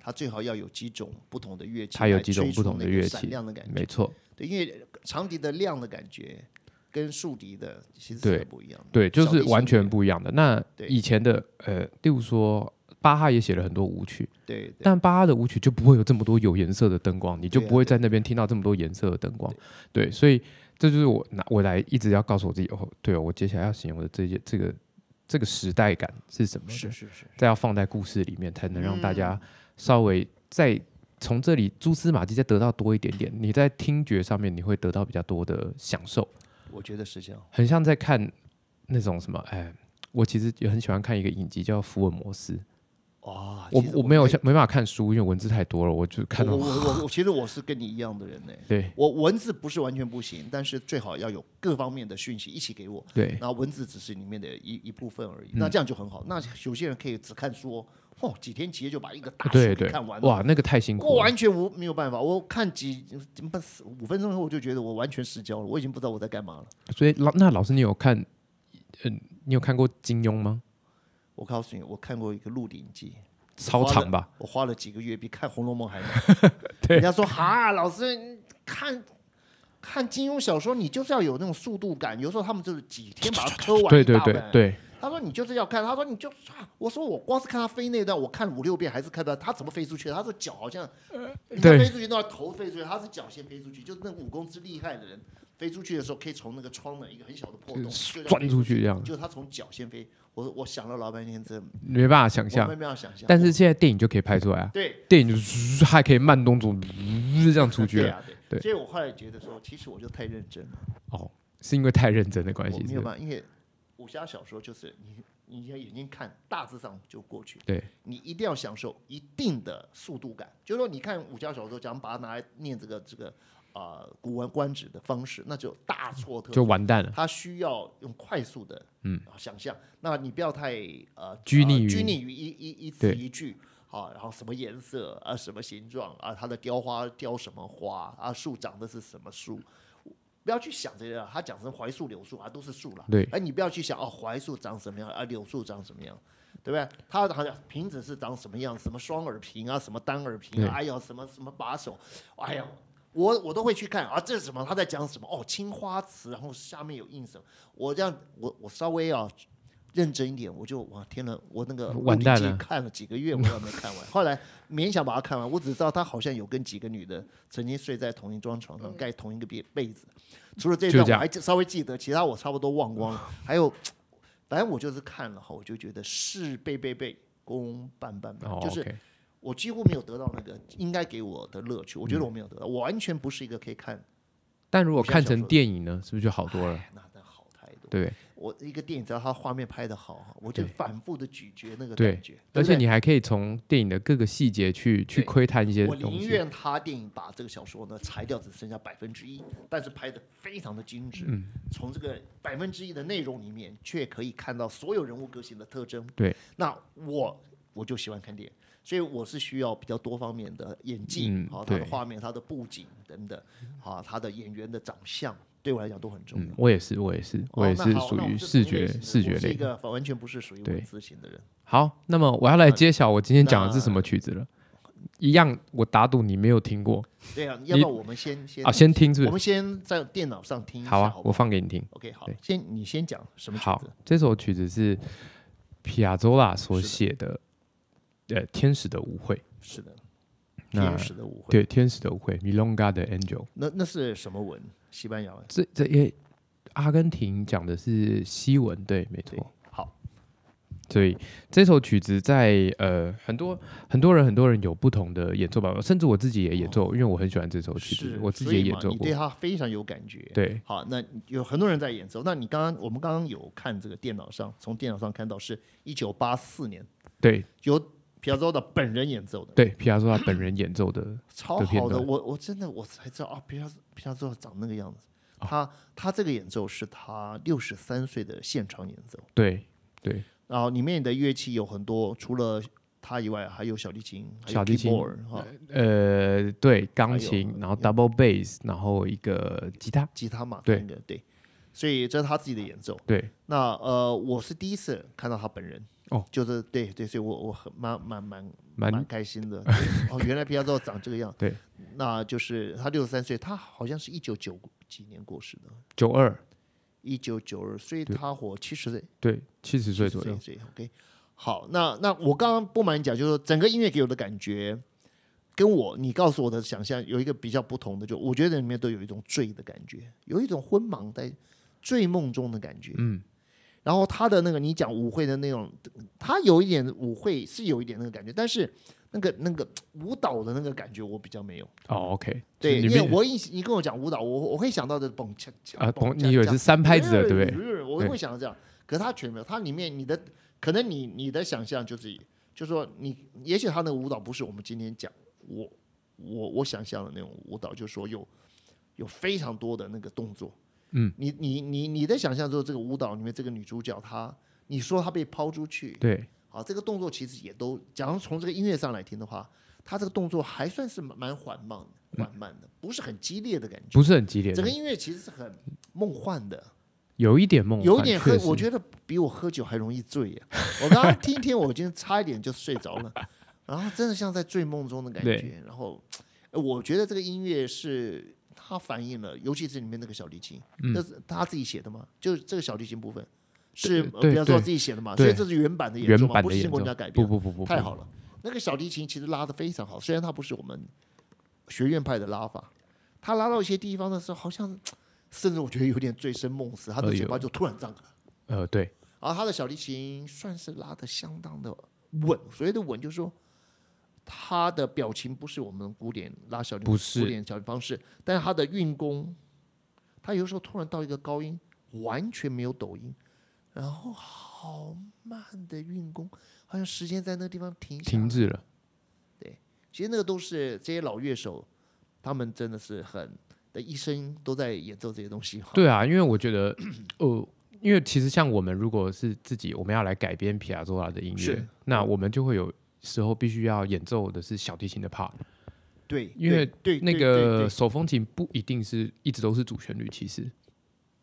Speaker 2: 它，它最好要有几种不同的乐器，
Speaker 1: 它有几种不同的乐器
Speaker 2: 闪亮的感觉，
Speaker 1: 没错。
Speaker 2: 对，因为长笛的亮的感觉跟竖笛的其实
Speaker 1: 对
Speaker 2: 是很不一样的，
Speaker 1: 对，就
Speaker 2: 小
Speaker 1: 是
Speaker 2: 提
Speaker 1: 完
Speaker 2: 琴
Speaker 1: 全
Speaker 2: 也
Speaker 1: 不一样的。那
Speaker 2: 对
Speaker 1: 以前的呃，例如说巴哈也写了很多舞曲，
Speaker 2: 对对
Speaker 1: 但巴哈的舞曲就不会有这么多有颜色的灯光，你就
Speaker 2: 对啊
Speaker 1: 不会
Speaker 2: 对
Speaker 1: 在那边听到这么多颜色的灯光。对，所以这就是我拿我来一直要告诉我自己，哦，对哦，我接下来要形容的这些这个这个时代感是什么？
Speaker 2: 是嗯是是，
Speaker 1: 再要放在故事里面，才能让大家稍微再从这里蛛丝马迹再得到多一点点。你在听觉上面你会得到比较多的享受。
Speaker 2: 我觉得是这样。
Speaker 1: 很像在看那种什么，哎，我其实也很喜欢看一个影集叫《福尔摩斯》，
Speaker 2: 哇，
Speaker 1: 我
Speaker 2: 啊其实
Speaker 1: 我没有
Speaker 2: 跟
Speaker 1: 像没办法看书，因为文字太多了，我就看
Speaker 2: 我
Speaker 1: 到
Speaker 2: 我我我其实我是跟你一样的人呢、
Speaker 1: 对
Speaker 2: 我文字不是完全不行，但是最好要有各方面的讯息一起给我。
Speaker 1: 对嗯
Speaker 2: 那文字只是里面的一一部分而已，那这样就很好。那有些人可以只看书哦，哦，几天其实就把一个大书
Speaker 1: 对
Speaker 2: 给
Speaker 1: 对
Speaker 2: [laughs] 看完，了。
Speaker 1: 哇，那个太辛
Speaker 2: 我
Speaker 1: 苦了，
Speaker 2: 完全无没有办法，我看几不是五分钟以后我就觉得我完全失焦了，我已经不知道我在干嘛了。
Speaker 1: 所以老那老师你有看，嗯，你有看过金庸吗？
Speaker 2: 我告诉你，我看过一个《鹿鼎记
Speaker 1: 超长吧，》，
Speaker 2: 我花了几个月比看《红楼梦》还难。
Speaker 1: [laughs] 对
Speaker 2: 人家说哈，老师你看看金庸小说，你就是要有那种速度感，有时候他们就是几天把它磕完
Speaker 1: 对
Speaker 2: 一
Speaker 1: 对
Speaker 2: 大
Speaker 1: 对
Speaker 2: 本
Speaker 1: 对，
Speaker 2: 他说你就是要看，他说你就，啊我说我光是看他飞那段，我看五六遍还是看不到他怎么飞出去的。他说脚好像，
Speaker 1: 呃
Speaker 2: 人家
Speaker 1: 对
Speaker 2: 飞出去都要头飞出去，他是脚先飞出去，就是那武功之厉害的人，飞出去的时候可以从那个窗的一个很小的破洞就这样
Speaker 1: 钻
Speaker 2: 飞
Speaker 1: 出去这样，
Speaker 2: 就是他从脚先飞。我我想了老半天，真的
Speaker 1: 没办法想
Speaker 2: 我
Speaker 1: 象。
Speaker 2: 没办法想象。
Speaker 1: 但是现在电影就可以拍出来啊，
Speaker 2: 对，
Speaker 1: 电影就是还可以慢动作这样出去
Speaker 2: 对
Speaker 1: 了，
Speaker 2: 啊，
Speaker 1: 对
Speaker 2: 对。所以我后来觉得说，其实我就太认真了，
Speaker 1: 是因为太认真的关
Speaker 2: 我
Speaker 1: 系，
Speaker 2: 没
Speaker 1: 是
Speaker 2: 有
Speaker 1: 不是
Speaker 2: 办法，因为武侠小说就是你你要眼睛看，大致上就过去。
Speaker 1: 对
Speaker 2: 你一定要享受一定的速度感。就是说，你看武侠小说，讲把它拿来念这个这个啊古文观止的方式，那就大错特
Speaker 1: 就
Speaker 2: 错。
Speaker 1: 完蛋了。
Speaker 2: 它需要用快速的嗯想象，那你不要太呃
Speaker 1: 拘泥于
Speaker 2: 呃、拘泥于一一一
Speaker 1: 对
Speaker 2: 词一句。啊，然后什么颜色啊，什么形状啊，它的雕花雕什么花啊，树长的是什么树，不要去想这个，它讲成槐树、柳树啊，都是树啦。
Speaker 1: 对
Speaker 2: 哎，你不要去想哦，槐树长什么样，啊，柳树长什么样，对不对？它好像瓶子是长什么样，什么双耳瓶啊，什么单耳瓶
Speaker 1: 对
Speaker 2: 啊，哎呀，什么什么把手，哎呀，我我都会去看啊，这是什么？他在讲什么？哦，青花瓷，然后下面有印什么？我这样，我我稍微啊。认真一点，我就哇天呐，我那个《
Speaker 1: 完蛋了
Speaker 2: 了》看了几个月，我都还没看完。后来勉强把它看完，我只知道他好像有跟几个女的曾经睡在同一张床上，盖同一个被被子。除了这一
Speaker 1: 就
Speaker 2: 段
Speaker 1: 这样
Speaker 2: 我还记稍微记得，其他我差不多忘光
Speaker 1: [laughs]
Speaker 2: 了。还有，反正我就是看了哈，我就觉得事倍倍倍，功半半半，
Speaker 1: 哦
Speaker 2: 就是
Speaker 1: ，OK，
Speaker 2: 我几乎没有得到那个应该给我的乐趣。我
Speaker 1: 嗯
Speaker 2: 觉得我没有得到，我完全不是一个可以看
Speaker 1: 但如果
Speaker 2: 武侠
Speaker 1: 看
Speaker 2: 小
Speaker 1: 成
Speaker 2: 说
Speaker 1: 电影呢，是不是就好多了？
Speaker 2: 哎那那好太多。
Speaker 1: 对不对，
Speaker 2: 我一个电影只要它画面拍的好，我就
Speaker 1: 对
Speaker 2: 反复的咀嚼那个
Speaker 1: 对
Speaker 2: 感觉。对
Speaker 1: 而
Speaker 2: 不
Speaker 1: 且
Speaker 2: 对
Speaker 1: 你还可以从电影的各个细节去去
Speaker 2: 对
Speaker 1: 窥探一些
Speaker 2: 我
Speaker 1: 东
Speaker 2: 宁
Speaker 1: 西。
Speaker 2: 愿他电影把这个小说呢裁掉，只剩下百分之一，但是拍的非常的精致。
Speaker 1: 嗯
Speaker 2: 从这个百分之一的内容里面，却可以看到所有人物个性的特征。
Speaker 1: 对，
Speaker 2: 那我我就喜欢看电影，所以我是需要比较多方面的演技，
Speaker 1: 嗯
Speaker 2: 好、他的
Speaker 1: 对
Speaker 2: 画面、他的布景等等，啊，他的演员的长相，对我来讲都很重要。
Speaker 1: 嗯，我也是，我也是，我也
Speaker 2: 哦
Speaker 1: 是
Speaker 2: 那好
Speaker 1: 属
Speaker 2: 那我
Speaker 1: 于
Speaker 2: 们是
Speaker 1: 视
Speaker 2: 同类
Speaker 1: 觉
Speaker 2: 型的
Speaker 1: 视觉
Speaker 2: 我是一
Speaker 1: 类。
Speaker 2: 个完全不是属于
Speaker 1: 对
Speaker 2: 文字型的人。
Speaker 1: 好，那么我要来揭晓我今天讲的是
Speaker 2: 那
Speaker 1: 什么曲子了。一样，我打赌你没有听过
Speaker 2: 对啊，要不要我们先先
Speaker 1: 啊，先听是
Speaker 2: 我
Speaker 1: 不
Speaker 2: 们先在电脑上听一
Speaker 1: 是？
Speaker 2: 下，
Speaker 1: 好啊，
Speaker 2: 不
Speaker 1: 我放给你听。
Speaker 2: OK，好
Speaker 1: 对，
Speaker 2: 先你先讲什么曲
Speaker 1: 好
Speaker 2: 子？，
Speaker 1: 这首曲子是皮亚佐拉所写的呃天使的舞会，
Speaker 2: 是的，
Speaker 1: 那
Speaker 2: 天使的舞会。
Speaker 1: 对天使的舞会 Milonga 的 Angel，
Speaker 2: 那那是什么文？西班牙文。
Speaker 1: 这这也阿根廷讲的是西文，对，没错
Speaker 2: 对。好，
Speaker 1: 所以这首曲子在呃很多很多人很多人有不同的演奏版本，甚至我自己也演奏，因为我很喜欢这首曲子
Speaker 2: 哦是，
Speaker 1: 我自
Speaker 2: 所
Speaker 1: 己也
Speaker 2: 以
Speaker 1: 演
Speaker 2: 嘛
Speaker 1: 奏
Speaker 2: 你
Speaker 1: 过
Speaker 2: 对。它非常有感觉。
Speaker 1: 对，
Speaker 2: 好，那有很多人在演奏。那你刚刚我们刚刚有看这个电脑上，从电脑上看到是一九八四年
Speaker 1: 对
Speaker 2: 由皮亚佐的本人演奏的，
Speaker 1: 对，皮亚佐他本人演奏的，
Speaker 2: 超
Speaker 1: 这片
Speaker 2: 好的。
Speaker 1: 段
Speaker 2: 我我真的我才知道啊，皮亚皮亚佐长那个样子。
Speaker 1: 哦
Speaker 2: 他他这个演奏是他六十三岁的现场演奏，
Speaker 1: 对对，
Speaker 2: 然后里面的乐器有很多，除了他以外，还有小提琴，还有
Speaker 1: 小提琴
Speaker 2: keyboard，哈、
Speaker 1: 呃，对钢
Speaker 2: 还有
Speaker 1: 琴，然后 double bass，然后一个吉他，
Speaker 2: 吉他嘛，
Speaker 1: 对
Speaker 2: 那个对，所以这是他自己的演奏。
Speaker 1: 对
Speaker 2: 那呃，我是第一次看到他本人，
Speaker 1: 哦，
Speaker 2: 就是对对，所以我我很蛮蛮蛮
Speaker 1: 蛮
Speaker 2: 蛮开心的。对 [laughs] 哦，原来皮亚佐长这个样，
Speaker 1: 对，
Speaker 2: 那就是他六十三岁，他好像是一九九几年过世的，
Speaker 1: 九二，
Speaker 2: 一九九二，所以
Speaker 1: 对
Speaker 2: 他活七十岁，
Speaker 1: 对七十岁
Speaker 2: 70
Speaker 1: 左右，
Speaker 2: 岁，OK。好，那那我刚刚不瞒你讲，就是说整个音乐给我的感觉，跟我你告诉我的想象有一个比较不同的，就我觉得里面都有一种醉的感觉，有一种昏茫在醉梦中的感觉。
Speaker 1: 嗯，
Speaker 2: 然后他的那个你讲舞会的那种，他有一点舞会是有一点那个感觉，但是那个那个舞蹈的那个感觉我比较没有。
Speaker 1: 哦，OK，
Speaker 2: 对，
Speaker 1: 就
Speaker 2: 因
Speaker 1: 里
Speaker 2: 为哦
Speaker 1: 面
Speaker 2: 我一你跟我讲舞蹈，我我会想到的蹦恰恰
Speaker 1: 啊，
Speaker 2: 蹦
Speaker 1: 懂，
Speaker 2: 恰
Speaker 1: 你以为
Speaker 2: 恰
Speaker 1: 是三拍子的，对不对？
Speaker 2: 对？我会想到这样，可是他全没有，他里面你的可能你你的想象就是，就是说你也许他那个舞蹈不是我们今天讲我我我想象的那种舞蹈，就是说有有非常多的那个动作，
Speaker 1: 嗯，
Speaker 2: 你你你你的想象就是这个舞蹈里面这个女主角她，你说她被抛出去，
Speaker 1: 对
Speaker 2: 好，这个动作其实也都，假如从这个音乐上来听的话，她这个动作还算是蛮蛮缓慢的，缓慢的，不是很激烈的感觉。
Speaker 1: 不是很激烈的
Speaker 2: 整个，音乐其实是很梦幻的，
Speaker 1: 有一点梦幻，
Speaker 2: 有一点喝
Speaker 1: 确，实
Speaker 2: 我觉得比我喝酒还容易醉耶。 [laughs] 我刚刚听一听，我今天差一点就睡着了，然后真的像在醉梦中的感觉
Speaker 1: 对。
Speaker 2: 然后，呃我觉得这个音乐是它反映了，尤其是里面那个小提琴，
Speaker 1: 嗯
Speaker 2: 那是他自己写的吗？就是这个小提琴部分是
Speaker 1: 对
Speaker 2: 呃
Speaker 1: 对
Speaker 2: 比方说
Speaker 1: 对
Speaker 2: 自己写的嘛，所
Speaker 1: 对
Speaker 2: 以这是原版的演
Speaker 1: 原
Speaker 2: 奏嘛，
Speaker 1: 版
Speaker 2: 不
Speaker 1: 的
Speaker 2: 是经
Speaker 1: 演
Speaker 2: 过
Speaker 1: 奏
Speaker 2: 人家改，
Speaker 1: 不
Speaker 2: 编，
Speaker 1: 不不不，
Speaker 2: 太
Speaker 1: 不
Speaker 2: 好了。那个小提琴其实拉的非常好，虽然它不是我们学院派的拉法，它拉到一些地方的时候，好像甚至我觉得有点醉生梦死，他的
Speaker 1: 哎呦
Speaker 2: 嘴巴就突然张开。
Speaker 1: 呃，对，
Speaker 2: 然后他的小提琴算是拉的相当的稳，所谓的稳就是说，他的表情不是我们古典拉小提
Speaker 1: 不是
Speaker 2: 古典小提方式，但是他的运功，他有时候突然到一个高音，完全没有抖音，然后好慢的运功，好像时间在那个地方停下来
Speaker 1: 停滞了，
Speaker 2: 其实那个都是这些老乐手，他们真的是很的一生都在演奏这些东西。
Speaker 1: 对啊，因为我觉得， [clears throat] 呃，因为其实像我们如果是自己，我们要来改编皮亚佐拉的音乐
Speaker 2: 是，
Speaker 1: 那我们就会有时候必须要演奏的是小提琴的 part，
Speaker 2: 对，
Speaker 1: 因为
Speaker 2: 对对
Speaker 1: 那
Speaker 2: 对对
Speaker 1: 个
Speaker 2: 对
Speaker 1: 手风琴不一定是一直都是主旋律，其实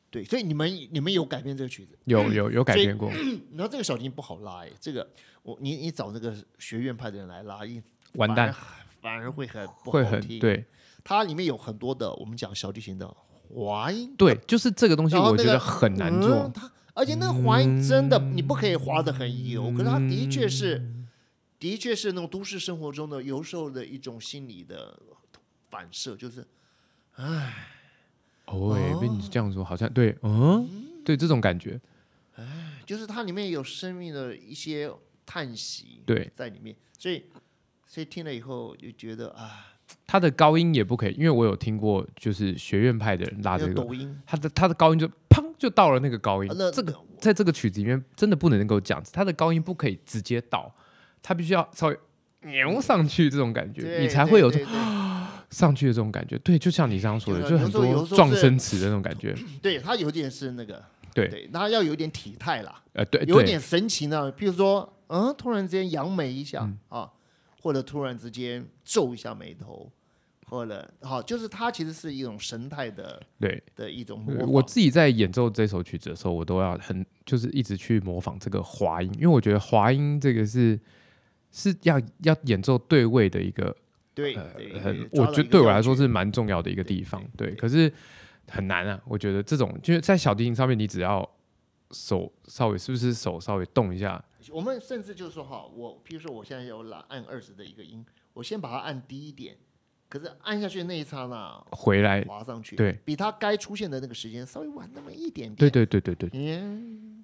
Speaker 2: 对，所以你们你们有改编这个曲子。
Speaker 1: 有有
Speaker 2: 嗯
Speaker 1: 有改编过，
Speaker 2: 你知道这个小提琴不好拉哎、这个我你你找那个学院派的人来拉，一
Speaker 1: 完蛋，
Speaker 2: 反而会很不
Speaker 1: 会
Speaker 2: 好
Speaker 1: 很
Speaker 2: 听。，
Speaker 1: 对
Speaker 2: 它里面有很多的我们讲小提琴的滑音，
Speaker 1: 对，就是这个东西
Speaker 2: 然后
Speaker 1: 我觉
Speaker 2: 那个
Speaker 1: 得很难做
Speaker 2: 嗯，它而且那个滑音真的你不可以滑得很油，可是它的确是，的确是那种都市生活中的有时候的一种心理的反射，就是
Speaker 1: 哦，哎，被你这样说好像对，嗯，对这种感觉，
Speaker 2: 就是它里面有生命的一些叹息
Speaker 1: 对
Speaker 2: 在里面，所以所以听了以后就觉得啊，
Speaker 1: 它的高音也不可以，因为我有听过就是学院派的人拉啊这
Speaker 2: 有
Speaker 1: 个。
Speaker 2: 抖音。
Speaker 1: 他的他的高音就砰就到了那个高音
Speaker 2: 啊那，
Speaker 1: 这个在这个曲子里面真的不能够这样子，他的高音不可以直接到，他必须要稍微扭上去这种感觉，
Speaker 2: 对
Speaker 1: 你才会有
Speaker 2: 对对对
Speaker 1: 上去的这种感觉。对，就像你刚刚说的，
Speaker 2: 有
Speaker 1: 就
Speaker 2: 的
Speaker 1: 很
Speaker 2: 有时候
Speaker 1: 多
Speaker 2: 有时候是
Speaker 1: 撞声词的那种感觉。
Speaker 2: 对他有点是那个，
Speaker 1: 对
Speaker 2: 对，那要有点体态啦，
Speaker 1: 呃，对
Speaker 2: 有
Speaker 1: 对
Speaker 2: 点神情呢。比如说，嗯，突然之间扬眉一下、
Speaker 1: 嗯
Speaker 2: 啊，或者突然之间皱一下眉头，或者好，就是他其实是一种神态的
Speaker 1: 对，
Speaker 2: 的一种模
Speaker 1: 呃
Speaker 2: 仿。
Speaker 1: 我自己在演奏这首曲子的时候，我都要很就是一直去模仿这个滑音，因为我觉得滑音这个是是要要演奏对位的一个
Speaker 2: 对
Speaker 1: 呃
Speaker 2: 对，
Speaker 1: 很
Speaker 2: 对，嗯抓
Speaker 1: 我
Speaker 2: 到
Speaker 1: 觉得
Speaker 2: 一个
Speaker 1: 对我
Speaker 2: 要
Speaker 1: 来
Speaker 2: 诀
Speaker 1: 说是蛮重要的一个地方。
Speaker 2: 对
Speaker 1: 对，可是很难啊，我觉得这种就是在小提琴上面，你只要手稍微是不是手稍微动一下，
Speaker 2: 我们甚至就是说哈，我比如说我现在有拉按二十的一个音，我先把它按低一点，可是按下去的那一刹那
Speaker 1: 回来，
Speaker 2: 滑上去，
Speaker 1: 哎对，
Speaker 2: 比它该出现的那个时间稍微晚那么一点点，
Speaker 1: 对对对对对，
Speaker 2: 嗯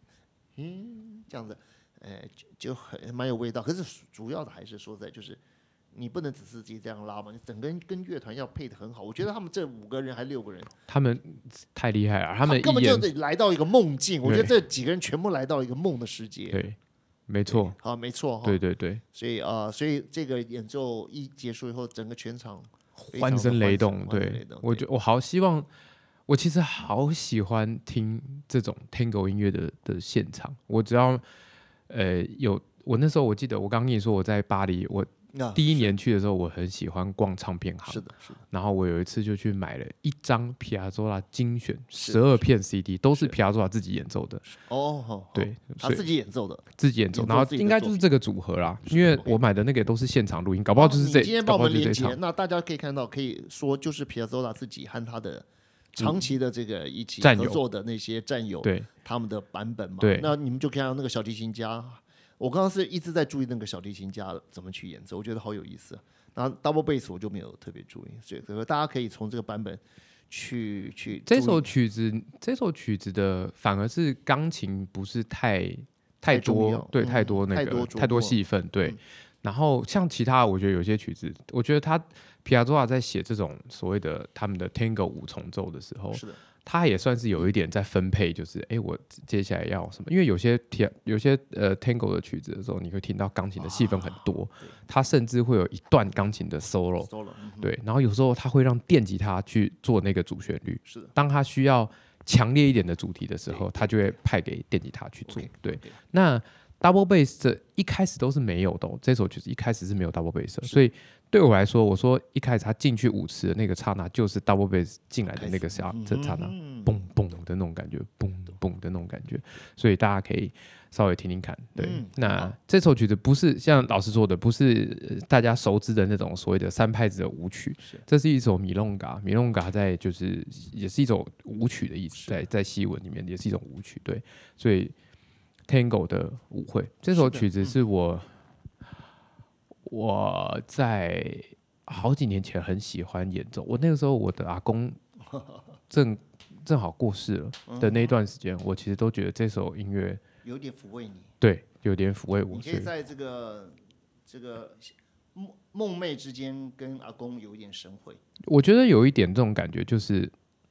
Speaker 2: 嗯，这样子，呃，就就很蛮有味道。可是主主要的还是说在就是，你不能只是自己这样拉嘛，你整个人跟乐团要配的很好。我觉得他们这五个人还六个人，
Speaker 1: 他们太厉害了，他们
Speaker 2: 根
Speaker 1: 一
Speaker 2: 本就
Speaker 1: 眼
Speaker 2: 得来到一个梦境。我觉得
Speaker 1: 对
Speaker 2: 这几个人全部来到一个梦的世界。
Speaker 1: 对，没错，
Speaker 2: 好，没错哈。
Speaker 1: 对对对，
Speaker 2: 所以啊、呃所以这个演奏一结束以后，整个全场非常地
Speaker 1: 欢声雷动，
Speaker 2: 欢声雷
Speaker 1: 对
Speaker 2: 动
Speaker 1: 我觉我好希望，我其实好喜欢听这种 Tango 音乐的的现场，我只要呃有。我那时候我记得，我刚跟你说我在巴黎，我
Speaker 2: 那
Speaker 1: 第一年去的时候，我很喜欢逛唱片行
Speaker 2: 啊是，的，是的，
Speaker 1: 然后我有一次就去买了一张皮亚佐拉精选
Speaker 2: 是
Speaker 1: 十二片 CD，都是
Speaker 2: 是
Speaker 1: 皮亚佐拉自己演奏的，
Speaker 2: 哦，好，
Speaker 1: 对，
Speaker 2: 他
Speaker 1: 所以
Speaker 2: 自己演奏的。
Speaker 1: 自己演奏
Speaker 2: 演，奏
Speaker 1: 然后
Speaker 2: 自己的
Speaker 1: 应该
Speaker 2: 作
Speaker 1: 就是这个组合啦，
Speaker 2: 是
Speaker 1: 因为
Speaker 2: OK
Speaker 1: 我买的那个都是现场录音，搞不好就是
Speaker 2: 哦你
Speaker 1: 这，
Speaker 2: 今天帮
Speaker 1: 搞不好
Speaker 2: 我们
Speaker 1: 就是
Speaker 2: 连
Speaker 1: 这
Speaker 2: 接，
Speaker 1: 场，
Speaker 2: 那大家可以看到，可以说就是皮亚佐拉自己和他的长期的这个一
Speaker 1: 嗯
Speaker 2: 起
Speaker 1: 战
Speaker 2: 合
Speaker 1: 友
Speaker 2: 作的那些战友，
Speaker 1: 对
Speaker 2: 他们的版本嘛。
Speaker 1: 对
Speaker 2: 那你们就看到那个小提琴家，我刚刚是一直在注意那个小提琴家怎么去演奏，我觉得好有意思、啊。然后 double bass 我就没有特别注意，所以所以说大家可以从这个版本去去
Speaker 1: 这
Speaker 2: 注
Speaker 1: 首
Speaker 2: 意
Speaker 1: 曲子，这首曲子的反而是钢琴不是太
Speaker 2: 太重
Speaker 1: 多
Speaker 2: 要，
Speaker 1: 对，
Speaker 2: 嗯
Speaker 1: 太多那
Speaker 2: 太
Speaker 1: 个
Speaker 2: 多琢
Speaker 1: 太多
Speaker 2: 磨
Speaker 1: 戏份，对
Speaker 2: 嗯。
Speaker 1: 然后像其他，我觉得有些曲子，我觉得他皮亚佐拉在写这种所谓的他们的 Tango 五重奏的时候，
Speaker 2: 是的，
Speaker 1: 他也算是有一点在分配，就是哎、诶我接下来要什么？因为有些铁有些呃 Tango 的曲子的时候，你会听到钢琴的戏份很多，
Speaker 2: 啊
Speaker 1: 他甚至会有一段钢琴的 solo，
Speaker 2: solo，嗯哼
Speaker 1: 对，然后有时候他会让电吉他去做那个主旋律，
Speaker 2: 是的，
Speaker 1: 当他需要强烈一点的主题的时候，
Speaker 2: 对
Speaker 1: 他就会派给电吉他去做
Speaker 2: OK，。
Speaker 1: 对
Speaker 2: OK，
Speaker 1: 那 double bass 这一开始都是没有的、哦，这首曲子一开始是没有 double bass，的
Speaker 2: 是
Speaker 1: 所以对我来说，我说一开始他进去舞池的那个刹那，就是 double bass 进来的那个刹
Speaker 2: 嗯
Speaker 1: 这刹那，
Speaker 2: 嗯
Speaker 1: 嘣嘣的那种感觉，嘣嘣的那种感觉，所以大家可以稍微听听看。对，
Speaker 2: 嗯
Speaker 1: 那
Speaker 2: 好
Speaker 1: 这首曲子不是像老师说的，不是呃大家熟知的那种所谓的三拍子的舞曲
Speaker 2: 是，
Speaker 1: 这是一首米弄嘎，米弄嘎在就是也是一种舞曲的意思，在在西文里面也是一种舞曲。对，所以 Tango 的舞会这首
Speaker 2: 是的嗯
Speaker 1: 曲子是我、我在好几年前很喜欢演奏，我那个时候我的阿公正正好过世了
Speaker 2: 嗯
Speaker 1: 的那段时间，我其实都觉得这首音乐
Speaker 2: 有点抚慰你。
Speaker 1: 对有点抚慰我，
Speaker 2: 你可
Speaker 1: 所以
Speaker 2: 以在这个这个梦梦寐之间跟阿公有一点神会，
Speaker 1: 我觉得有一点这种感觉，就是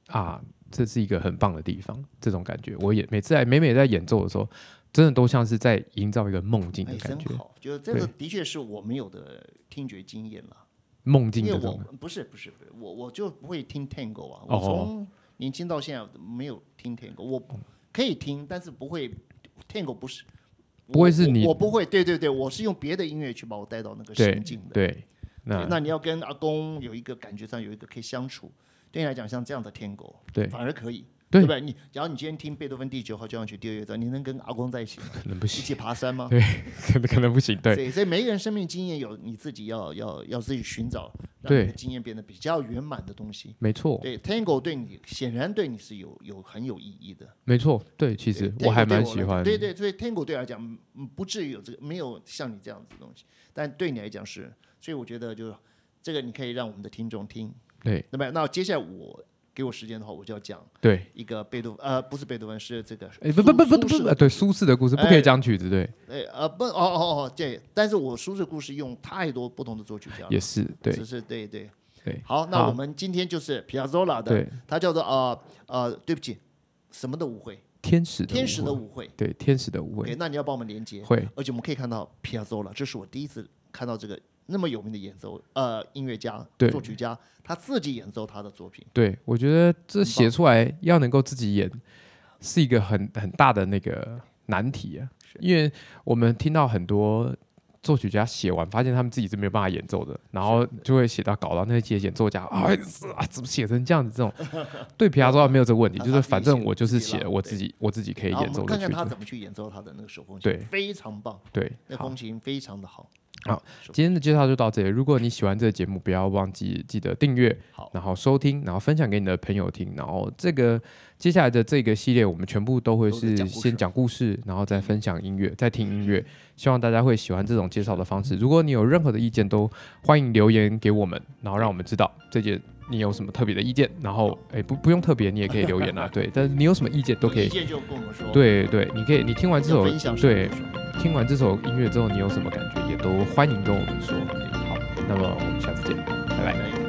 Speaker 1: 啊，这是一个很棒的地方，这种感觉，我也每次在每每在演奏的时候，真的都像是在营造一个梦境的
Speaker 2: 哎，
Speaker 1: 感
Speaker 2: 真
Speaker 1: 觉，
Speaker 2: 好。就是这个
Speaker 1: 对
Speaker 2: 的确是我没有的听觉经验了，
Speaker 1: 梦境
Speaker 2: 因为
Speaker 1: 的这
Speaker 2: 我
Speaker 1: 种。
Speaker 2: 不是不是不是我我就不会听 tango 啊，
Speaker 1: 哦
Speaker 2: 我从年轻到现在没有听 tango，我可以听，但是不会 tango 不是。
Speaker 1: 不会是
Speaker 2: 我
Speaker 1: 你
Speaker 2: 我我不会，对对对，我是用别的音乐去把我带到那个
Speaker 1: 对
Speaker 2: 心境的。
Speaker 1: 对，
Speaker 2: 对
Speaker 1: 那
Speaker 2: 那你要跟阿公有一个感觉上有一个可以相处，对你来讲像这样的 tango，
Speaker 1: 对
Speaker 2: 反而可以，
Speaker 1: 对
Speaker 2: 对不对？你假如你今天听贝多芬第九号交响曲第二乐章，你能跟阿公在一起吗
Speaker 1: 可能不
Speaker 2: 一
Speaker 1: 行，
Speaker 2: 起
Speaker 1: [laughs]
Speaker 2: 爬山吗？
Speaker 1: 对可能可能不行，对
Speaker 2: 所以所以每一个人生命经验有你自己要要要自己寻找，让
Speaker 1: 对
Speaker 2: 你的经验变得比较圆满的东西。
Speaker 1: 没错，
Speaker 2: 对 tango 对你显然对你是有有很有意义的。
Speaker 1: 没错，对，其
Speaker 2: 对
Speaker 1: 实
Speaker 2: tango
Speaker 1: 我还
Speaker 2: 对
Speaker 1: 蛮
Speaker 2: 来
Speaker 1: 喜
Speaker 2: 讲
Speaker 1: 欢，
Speaker 2: 对对，所以 tango 对我来讲嗯不至于有这个没有像你这样子的东西，但对你来讲是，所以我觉得就是这个你可以让我们的听众听。
Speaker 1: 对
Speaker 2: 那么，那接下来我给我时间的话，我就要讲
Speaker 1: 对，
Speaker 2: 一个贝多呃，不是贝多芬，是这个
Speaker 1: 哎，不不不不
Speaker 2: 苏
Speaker 1: 不
Speaker 2: 苏轼
Speaker 1: 不，对，苏轼的故事不可以讲曲子，对，
Speaker 2: 哎呃不哦哦哦对，但是我苏轼故事用太多不同的作曲家了，
Speaker 1: 也是对
Speaker 2: 只是对对。
Speaker 1: 对，
Speaker 2: 好，那
Speaker 1: 好
Speaker 2: 我们今天就是皮亚佐拉的，
Speaker 1: 对，
Speaker 2: 它叫做呃呃，对不起，什么的舞会，
Speaker 1: 天使的
Speaker 2: 天使的
Speaker 1: 舞
Speaker 2: 舞会
Speaker 1: 会。对天使的舞
Speaker 2: 对，
Speaker 1: 会
Speaker 2: 那你要帮我们连接，
Speaker 1: 会
Speaker 2: 而且我们可以看到皮亚佐拉，这是我第一次看到这个那么有名的演奏呃音乐家
Speaker 1: 对
Speaker 2: 作曲家，他自己演奏他的作品。
Speaker 1: 对，我觉得这
Speaker 2: 很棒
Speaker 1: 写出来要能够自己演，是一个很很大的那个难题啊。因为我们听到很多作曲家写完，发现他们自己是没有办法演奏的，然后就会写到搞到那些演奏家啊，是啊，怎么写成这样子？这种对皮亚佐拉没有这个问题，
Speaker 2: 啊
Speaker 1: 就是
Speaker 2: [laughs] 他自己
Speaker 1: 反正
Speaker 2: 写
Speaker 1: 我就是
Speaker 2: 自己
Speaker 1: 写
Speaker 2: 拉
Speaker 1: 我自己我自己可以
Speaker 2: 然后
Speaker 1: 演
Speaker 2: 我
Speaker 1: 奏
Speaker 2: 们
Speaker 1: 的
Speaker 2: 看看
Speaker 1: 曲
Speaker 2: 他
Speaker 1: 子，
Speaker 2: 怎么去演奏他的那个手风琴，
Speaker 1: 对
Speaker 2: 非常棒，
Speaker 1: 对，
Speaker 2: 那
Speaker 1: 好
Speaker 2: 风琴非常的好。
Speaker 1: 好
Speaker 2: 是吧，
Speaker 1: 今天的介绍就到这里。如果你喜欢这个节目，不要忘记记得订阅，
Speaker 2: 好，
Speaker 1: 然后收听，然后分享给你的朋友听。然后这个接下来的这个系列，我们全部都会
Speaker 2: 都
Speaker 1: 是
Speaker 2: 是讲故事
Speaker 1: 先讲故事，嗯然后再分享音乐，再听音乐。希望大家会喜欢这种介绍的方式。如果你有任何的意见，都欢迎留言给我们，然后让我们知道这件你有什么特别的意见。然后，哎，不不用特别，你也可以留言 [laughs] 啊。对，但是你有什么意见都可
Speaker 2: 有意
Speaker 1: 以。
Speaker 2: 见就跟我们说，，
Speaker 1: [laughs] 对对，你可以，你听完这首
Speaker 2: 分享什么
Speaker 1: 对
Speaker 2: 就说
Speaker 1: 听完这首音乐之后，你有什么感觉，也都欢迎跟我们说。好，那么我们下次见，拜拜。
Speaker 2: 拜拜